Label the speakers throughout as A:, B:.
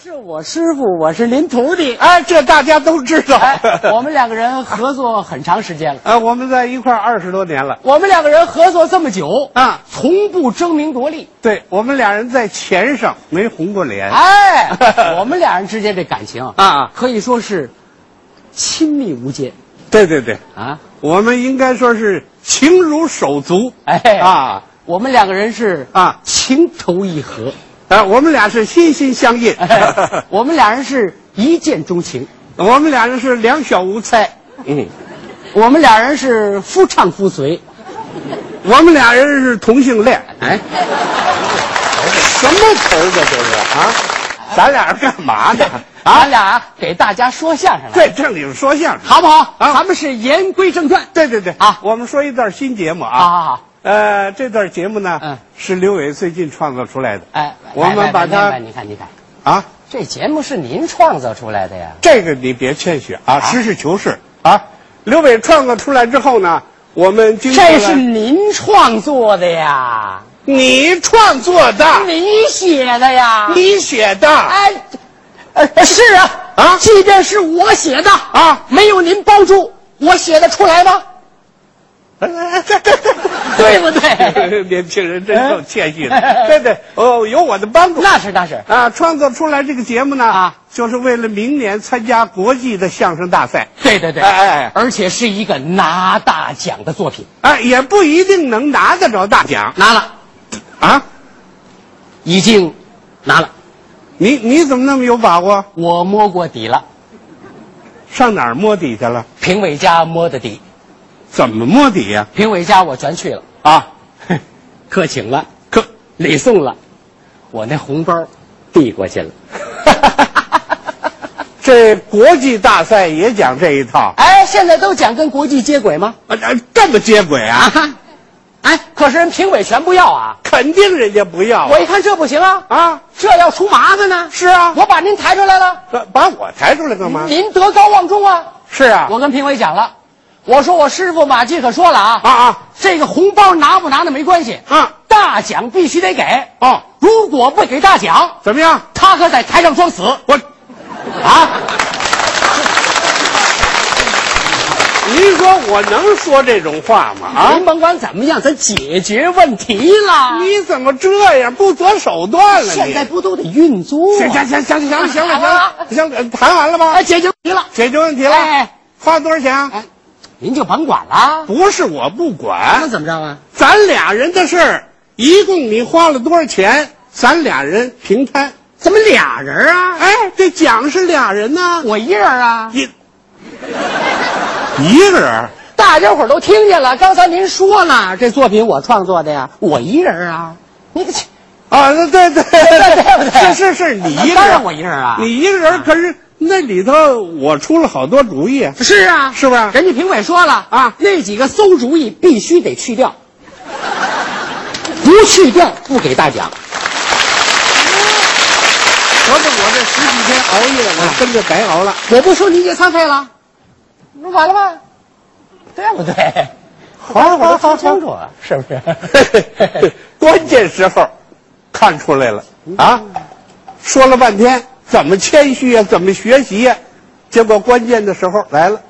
A: 是我师傅，我是您徒 弟。
B: 哎，这大家都知道。
A: 哎， 我们两个人合作很长时间了，
B: 哎，我们在一块二十多年了
A: 我们两个人合作这么久，
B: 啊。
A: 从不争名夺利。
B: 对，我们俩人在钱上没红过脸
A: 哎， 我们俩人之间这感情啊，
B: 啊。
A: 可以说是亲密无间
B: 对对对，
A: 啊。
B: 我们应该说是情如手足。
A: 哎
B: 啊
A: 我们两个人是
B: 啊，
A: 情投意 合，
B: 哎，我们俩是心心相印。
A: 哎我们俩人是一见钟情，
B: 我们俩人是两小无猜。嗯，
A: 我们俩人是夫唱妇随。
B: 我们俩人是同性恋。
A: 哎，
B: 什么词儿这就是啊？咱俩人干 嘛呢？啊，
A: 俺俩给大家说相声了，
B: 在这里边说相声。
A: 好不好？
B: 啊
A: 咱们是言归正传
B: 对对对
A: 啊
B: 我们说一段新节目啊。
A: 好好好，
B: 呃，这段节目呢，
A: 嗯
B: 是刘伟最近创作出来的
A: 哎，
B: 我
A: 来
B: 们
A: 来
B: 把
A: 来
B: 它
A: 来你看，你看，
B: 啊。
A: 这节目是您创作出来的呀？
B: 这个你别谦虚啊，实事求是啊。刘伟创作出来之后呢，我们经过了
A: 这是您创作的呀？
B: 你创作的，
A: 你写的呀？
B: 你写的，
A: 哎，呃，是啊，
B: 啊
A: 即便是我写的
B: 啊
A: 没有您帮助，我写得出来吗？
B: 哎
A: 对不对？
B: 年轻人真够谦虚的
A: 哎，
B: 对对，哦，有我的帮助。
A: 那是那是，
B: 啊，创作出来这个节目呢，
A: 啊
B: 就是为了明年参加国际的相声大赛。
A: 对对对，
B: 哎哎哎
A: 而且是一个拿大奖的作品，
B: 哎，也不一定能拿得着大奖
A: 拿了，
B: 啊！
A: 已经拿了，
B: 你你怎么那么有把握？
A: 我摸过底了，
B: 上哪儿摸底去了？
A: 评委家摸的底，
B: 怎么摸底呀、
A: 评委家我全去了，
B: 啊？
A: 客请了，
B: 可
A: 礼送了，我那红包递过去了。
B: 这国际大赛也讲这一套，
A: 哎，现在都讲跟国际接轨吗？
B: 啊，啊这么接轨啊？
A: 哈，哎，可是人评委全不要啊！
B: 肯定人家不要
A: 我一看这不行啊，
B: 啊！
A: 这要出麻烦呢。
B: 是啊，
A: 我把您抬出来了，
B: 把把我抬出来干嘛？
A: 您德高望重啊！
B: 是啊，
A: 我跟评委讲了，我说我师傅马季可说了啊，
B: 啊啊
A: 这个红包拿不拿的没关系，
B: 啊！
A: 大奖必须得给，
B: 哦，
A: 如果不给大奖，
B: 怎么样？
A: 他可在台上装死
B: 我，
A: 啊！
B: 您说我能说这种话吗？啊
A: 您，甭管怎么样，咱解决问题啦。
B: 你怎么这样不择手段了？
A: 现
B: 你
A: 在不都得运作？啊
B: 行行行行行行了行了行，谈完了
A: 哎，
B: 吧？
A: 解决问题了。
B: 解决问题了，
A: 哎，
B: 花多少钱啊？
A: 您就甭管了。
B: 不是我不管
A: 那，怎么着啊？
B: 咱俩人的事儿，一共你花了多少钱？咱俩人平摊。
A: 怎么俩人啊？
B: 哎，这奖是俩人呢，
A: 我一人啊！
B: 一一个人。
A: 大家伙儿都听见了，刚才您说了，这作品我创作的呀，我一人啊。你这
B: 啊，对对对
A: 对不对
B: 是是是，你一个
A: 当然
B: 人，
A: 我一人啊。
B: 你一个人，可是那里头我出了好多主意，
A: 是啊，
B: 是不是？
A: 人家评委说了
B: 啊
A: 那几个馊主意必须得去掉，不去掉不给大奖。
B: 合着我这十几天熬夜，我跟着白熬了。
A: 我不收您这餐费了，那完了吧？对不对？
B: 好
A: 我都说清楚，了，是不是？
B: 关键时候看出来了啊！说了半天怎么谦虚呀、怎么学习呀、结果关键的时候来了。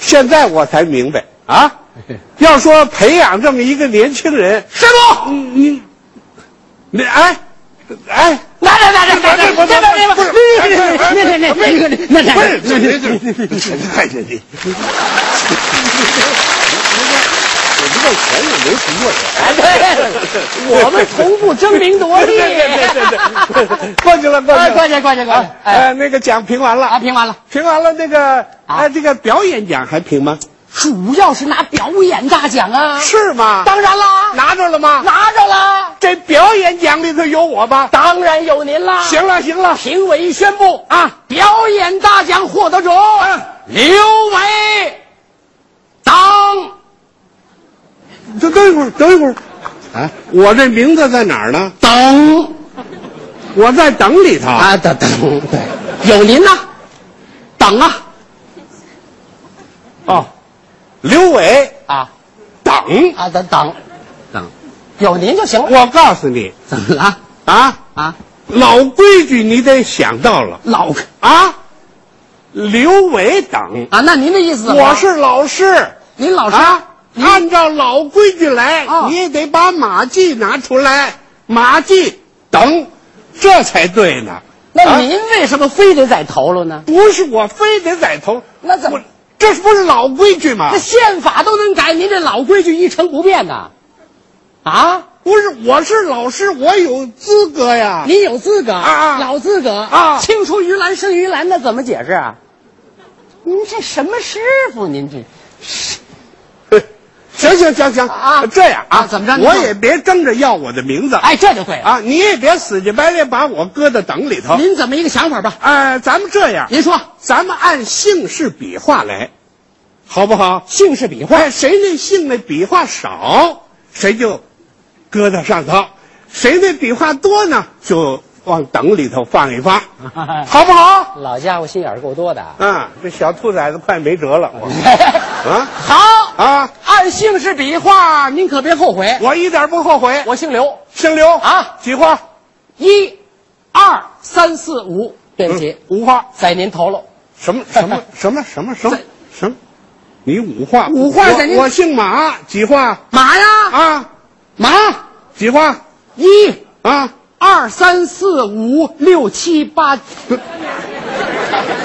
B: 现在我才明白啊！要说培养这么一个年轻人，
A: 师傅，
B: 你你你哎哎，
A: 拿着拿着拿着，这边这边，那那那那那那
B: 不是
A: 那那。
B: 你你你看着你。我不挣钱也没提过这。
A: 哎，对，我们从不争名夺利。
B: 对对对对对，过去了过去
A: 哎，
B: 了。
A: 关键关键关键，哎，
B: 呃，那个奖评完
A: 啊，
B: 了，
A: 评完了，
B: 评完了那个哎，这个表演奖还评吗？
A: 主要是拿表演大奖啊。
B: 是吗？
A: 当然啦，
B: 拿着了吗？
A: 拿着啦，
B: 这表演奖里头有我吧？
A: 当然有您啦。，
B: 行了行了，
A: 评委宣布啊，表演大奖获得者刘伟，当
B: 等等一会儿，等一会儿，哎，我这名字在哪儿呢？
A: 当
B: 我在等里头。
A: 啊，等等，对，有您呐，等啊
B: 哦，刘伟
A: 啊
B: 等，
A: 啊，等等等，有您就行了。
B: 我告诉你
A: 怎么了
B: 啊，
A: 啊？
B: 老规矩你得想到了
A: 老
B: 啊。刘伟等，
A: 啊，那您的意思怎么
B: 我
A: 了，
B: 是老师
A: 您老师，
B: 啊，按照老规矩来，
A: 哦
B: 你也得把马季拿出来，马季等，这才对呢。
A: 那
B: 啊
A: 您为什么非得在头了呢？
B: 不是我非得在头，
A: 那怎么
B: 我啊这不是老规矩吗
A: 这？宪法都能改，您这老规矩一成不变呐？啊，
B: 不是，我是老师，我有资格呀。
A: 您有资格
B: 啊啊
A: 老资格
B: 啊
A: 青出于蓝胜于蓝，那怎么解释啊？您这什么师傅？您这
B: 啊哎行行行行
A: 啊
B: 这样啊，
A: 啊怎么着您
B: 我
A: 说
B: 也别争着要我的名字
A: 哎，这就对了。
B: 啊，你也别死乞白赖把我搁到等里头。
A: 您怎么一个想法吧？
B: 呃，咱们这样，
A: 您说
B: 咱们按姓氏笔画来，好不好？
A: 姓氏笔画
B: 哎，谁那姓那笔画少，谁就搁到上头；谁那笔画多呢，就往等里头放一放，好不好？
A: 老家伙心眼儿够多的啊。
B: 啊，这小兔崽子快没辙了， 我啊
A: 好，
B: 啊，
A: 按姓氏笔画，您可别后悔。
B: 我一点不后悔。
A: 我姓刘，
B: 姓刘
A: 啊，
B: 几画？
A: 一、二、三、四、五，对不起，
B: 嗯五画。
A: 在您头了。
B: 什么什 么什么什么什么
A: 在
B: 什么？你五画？
A: 五画
B: 我
A: 在您
B: 我姓马，几画？
A: 马呀，
B: 啊，
A: 马，
B: 几画？
A: 一、
B: 啊，
A: 二、三、四、五、六、七、八，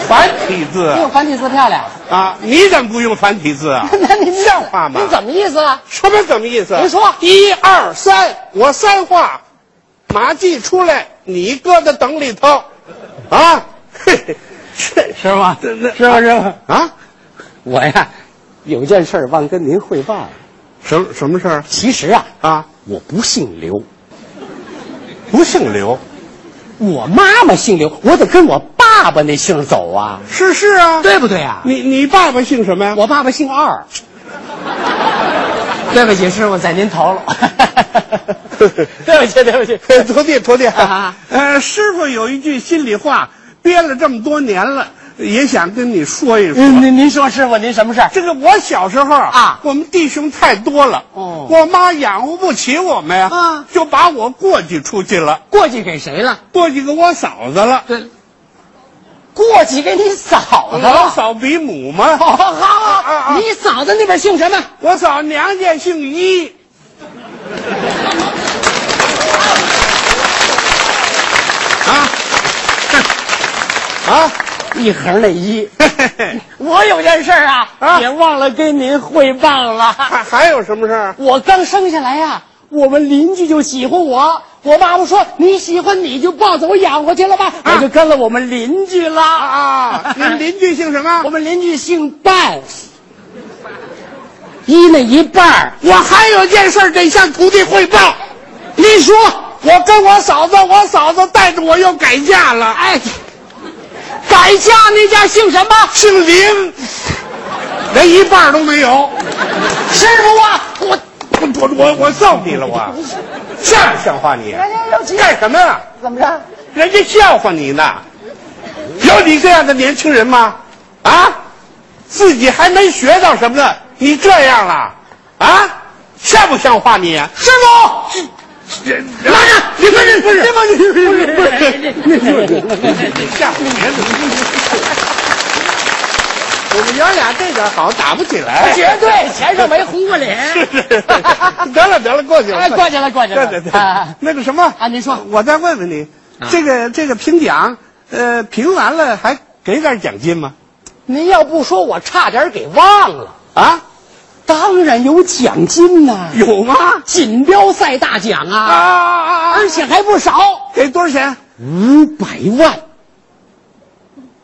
B: 繁体字
A: 用繁体字漂亮。
B: 啊！你怎么不用繁体 字 啊？
A: 那您
B: 像话吗
A: 您怎么意思啊？
B: 什么怎么意思？
A: 您说
B: 一二三，我三画，马季出来，你搁在等里头，啊，嘿嘿，是
A: 是吗
B: 那那
A: 是吗？师傅，
B: 啊，
A: 我呀，有件事儿忘跟您汇报了。
B: 什么什么事儿
A: 其实啊，
B: 啊？
A: 我不姓刘，
B: 不姓刘，
A: 我妈妈姓刘，我得跟我爸爸那姓儿走啊，
B: 是是啊，
A: 对不对啊？
B: 你你爸爸姓什么呀？
A: 我爸爸姓二。对不起，师傅，在您头 了。对不起，对不起。
B: 徒弟徒弟，
A: 啊
B: 呃，师傅有一句心里话，憋了这么多年了，也想跟你说一 说。
A: 嗯，您您说，师傅，您什么事儿？
B: 这个我小时候
A: 啊
B: 我们弟兄太多了，
A: 哦
B: 我妈养活不起我们呀，
A: 啊
B: 就把我过继出去了，
A: 过继给谁了？
B: 过继给我嫂子了，
A: 对，过继给你嫂
B: 我
A: 子了。
B: 嫂比母嘛，
A: 哦，好好
B: 啊啊
A: 好，你嫂子那边姓什么？
B: 我嫂娘家姓一，啊啊，
A: 一横那一。
B: 嘿嘿嘿，
A: 我有件事儿啊，
B: 啊
A: 也忘了跟您汇报了。
B: 还还有什么事儿？
A: 我刚生下来呀、我们邻居就喜欢我。我妈妈说你喜欢你就抱着我养活去了吧，
B: 啊
A: 我就跟了我们邻居了
B: 啊，您邻居姓什么
A: 我？们邻居姓半，一那一半儿
B: 我还有件事得向徒弟汇报。
A: 您说，
B: 我跟我嫂子，我嫂子带着我又改嫁了，
A: 哎，改嫁那家姓什么？
B: 姓林，连一半都没有。
A: 师傅啊，我
B: 我我我我揍你了！我 哎像不像话你？干什么啊呀？
A: 怎么着？
B: 人家笑话你呢。有你这样的年轻人吗？啊，自己还没学到什么呢，你这样了，啊，像不像话你？
A: 师傅，
B: 人
A: 拉着
B: 你不是不是
A: 这
B: 不
A: 么
B: 是不是不是
A: 不是
B: 吓唬年头。我们娘俩这点好，打不起来。
A: 绝对前生没红过 脸。
B: 是是， 得了得了，过去了。
A: 哎，过去了，过去
B: 对
A: 了。
B: 对对
A: 啊，
B: 那个什么
A: 啊您说
B: 我再问问你，这个这个评奖，呃，评完了还给点奖金吗？
A: 您要不说，我差点给忘了。
B: 啊，
A: 当然有奖金呐、
B: 有吗？
A: 锦标赛大奖啊，
B: 啊啊啊！
A: 而且还不少，
B: 给多少钱？
A: 五百万。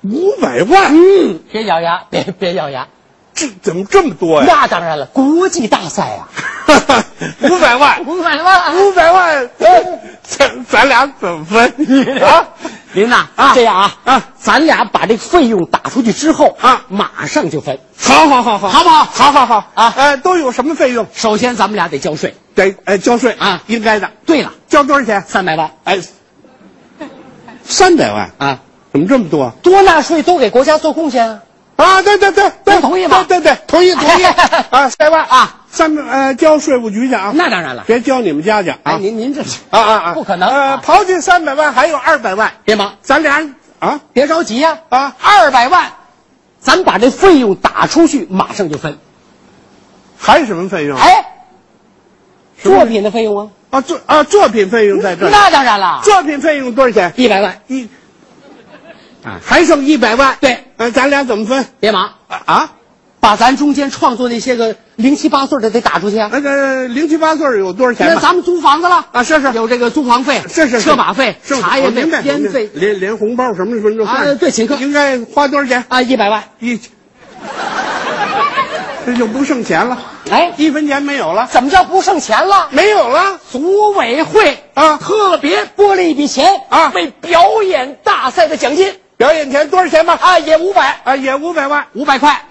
B: 五百万，
A: 嗯，别咬牙，别别咬牙。
B: 这怎么这么多呀？
A: 那当然了，国际大赛啊，
B: 五百万，
A: 五百万。
B: 五百万，
A: 嗯
B: 咱咱俩怎么 分啊？
A: 您呐，
B: 啊
A: 这样啊，
B: 啊，
A: 咱俩把这费用打出去之后
B: 啊
A: 马上就分。
B: 好好好好，
A: 好不好
B: 好好好
A: 啊
B: 呃，都有什么费用？
A: 首先，咱们俩得交税。
B: 得呃交税
A: 啊
B: 应该的。
A: 对了，
B: 交多少钱？
A: 三百万
B: 哎，三百万，
A: 啊，
B: 怎么这么多？
A: 多纳税都给国家做贡献啊。
B: 啊，对对对对，
A: 您同意吗
B: 对对对，同 意同意啊，三万
A: 啊，
B: 三呃，交税务局去啊，
A: 那当然了。
B: 别交你们家去啊，
A: 哎，您您这是
B: 啊啊啊，
A: 不可能
B: 呃，
A: 啊
B: 刨去三百万，还有二百万，
A: 别忙，
B: 咱俩人啊
A: 别着急呀、
B: 啊
A: 二百万，咱把这费用打出去，马上就分。
B: 还有什么费用？
A: 哎，
B: 哦什么
A: 作品的费用啊？
B: 啊作啊作品费用在这儿，
A: 那当然了，
B: 作品费用多少钱？
A: 一百万。
B: 一
A: 啊
B: 还剩一百万，
A: 对，
B: 呃，咱俩怎么分？
A: 别忙，
B: 啊啊，
A: 把咱中间创作那些个零七八碎的得打出去啊。
B: 那个零七八岁儿有多少钱
A: 那
B: 吧？
A: 咱们租房子了
B: 啊是是
A: 有这个租房费，
B: 是是是
A: 车马费、
B: 是
A: 茶叶
B: 我
A: 费
B: 明白、
A: 烟
B: 我明白
A: 费
B: 连连红包什么什么都算上
A: 啊对请客
B: 应该花多少钱？
A: 啊，一百万。
B: 一，这就不剩钱了，
A: 哎，
B: 一分钱没有了，
A: 怎么叫不剩钱了？
B: 没有了
A: 组委会
B: 啊！
A: 特别拨了一笔钱
B: 啊
A: 为表演大赛的奖金
B: 表演钱多少钱吧？
A: 啊，也五百
B: 啊，也五百万，
A: 五百块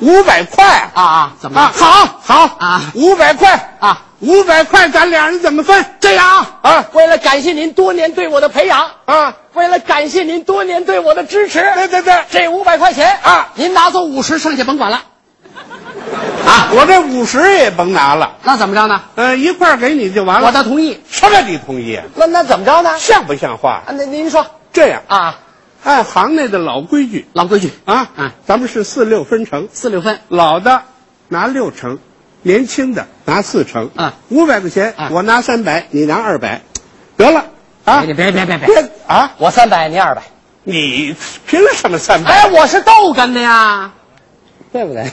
B: 五百块
A: 啊啊，怎么
B: 啊！
A: 了
B: 好，好
A: 啊
B: 五百块，
A: 啊？
B: 五百块，咱俩人怎么分？
A: 这样啊
B: 啊
A: 为了感谢您多年对我的培养，
B: 啊！
A: 为了感谢您多年对我的支持，
B: 对对对，
A: 这五百块钱
B: 啊，
A: 您拿走五十，剩下甭管了。
B: 啊，我这五十也甭拿了，
A: 那怎么着呢？
B: 呃，一块儿给你就完
A: 我
B: 了。
A: 的同意。
B: 什么？你同意？啊
A: 那那怎么着呢？
B: 像不像话？
A: 啊，那您说
B: 这样，
A: 啊，
B: 按行内的老规矩
A: 老规矩，
B: 啊，
A: 嗯
B: 咱们是四六分成，
A: 四六分，
B: 老的拿六成，年轻的拿四成。
A: 嗯
B: 五百块钱
A: 嗯
B: 我拿三百，你拿二百，得了啊！
A: 哎别别别别别，
B: 别啊！
A: 我三百，您二百。
B: 你凭什么三百？
A: 哎，我是逗哏的呀，对不对？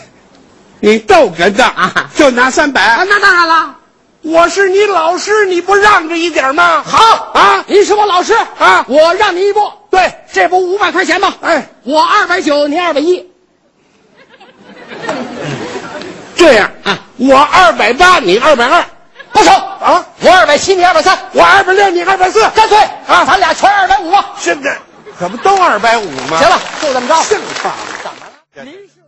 B: 你逗哏的
A: 啊
B: 就拿三
A: 啊，
B: 百。
A: 那当然了。
B: 我是你老师，你不让着一点吗？
A: 好
B: 啊
A: 您是我老师
B: 啊
A: 我让您一步，
B: 对，
A: 这不五百块钱吗？
B: 哎，
A: 我二百九，您二百一。
B: 这样
A: 啊，
B: 我二百八，你二百二，
A: 不成
B: 啊！
A: 我二百七，你二百三，
B: 我二百六，你二百四，
A: 干脆
B: 啊
A: 咱俩全二百五吧。
B: 是的，可不都二百五吗？
A: 行了，就这么着。
B: 像话吗？
A: 怎么了？您是。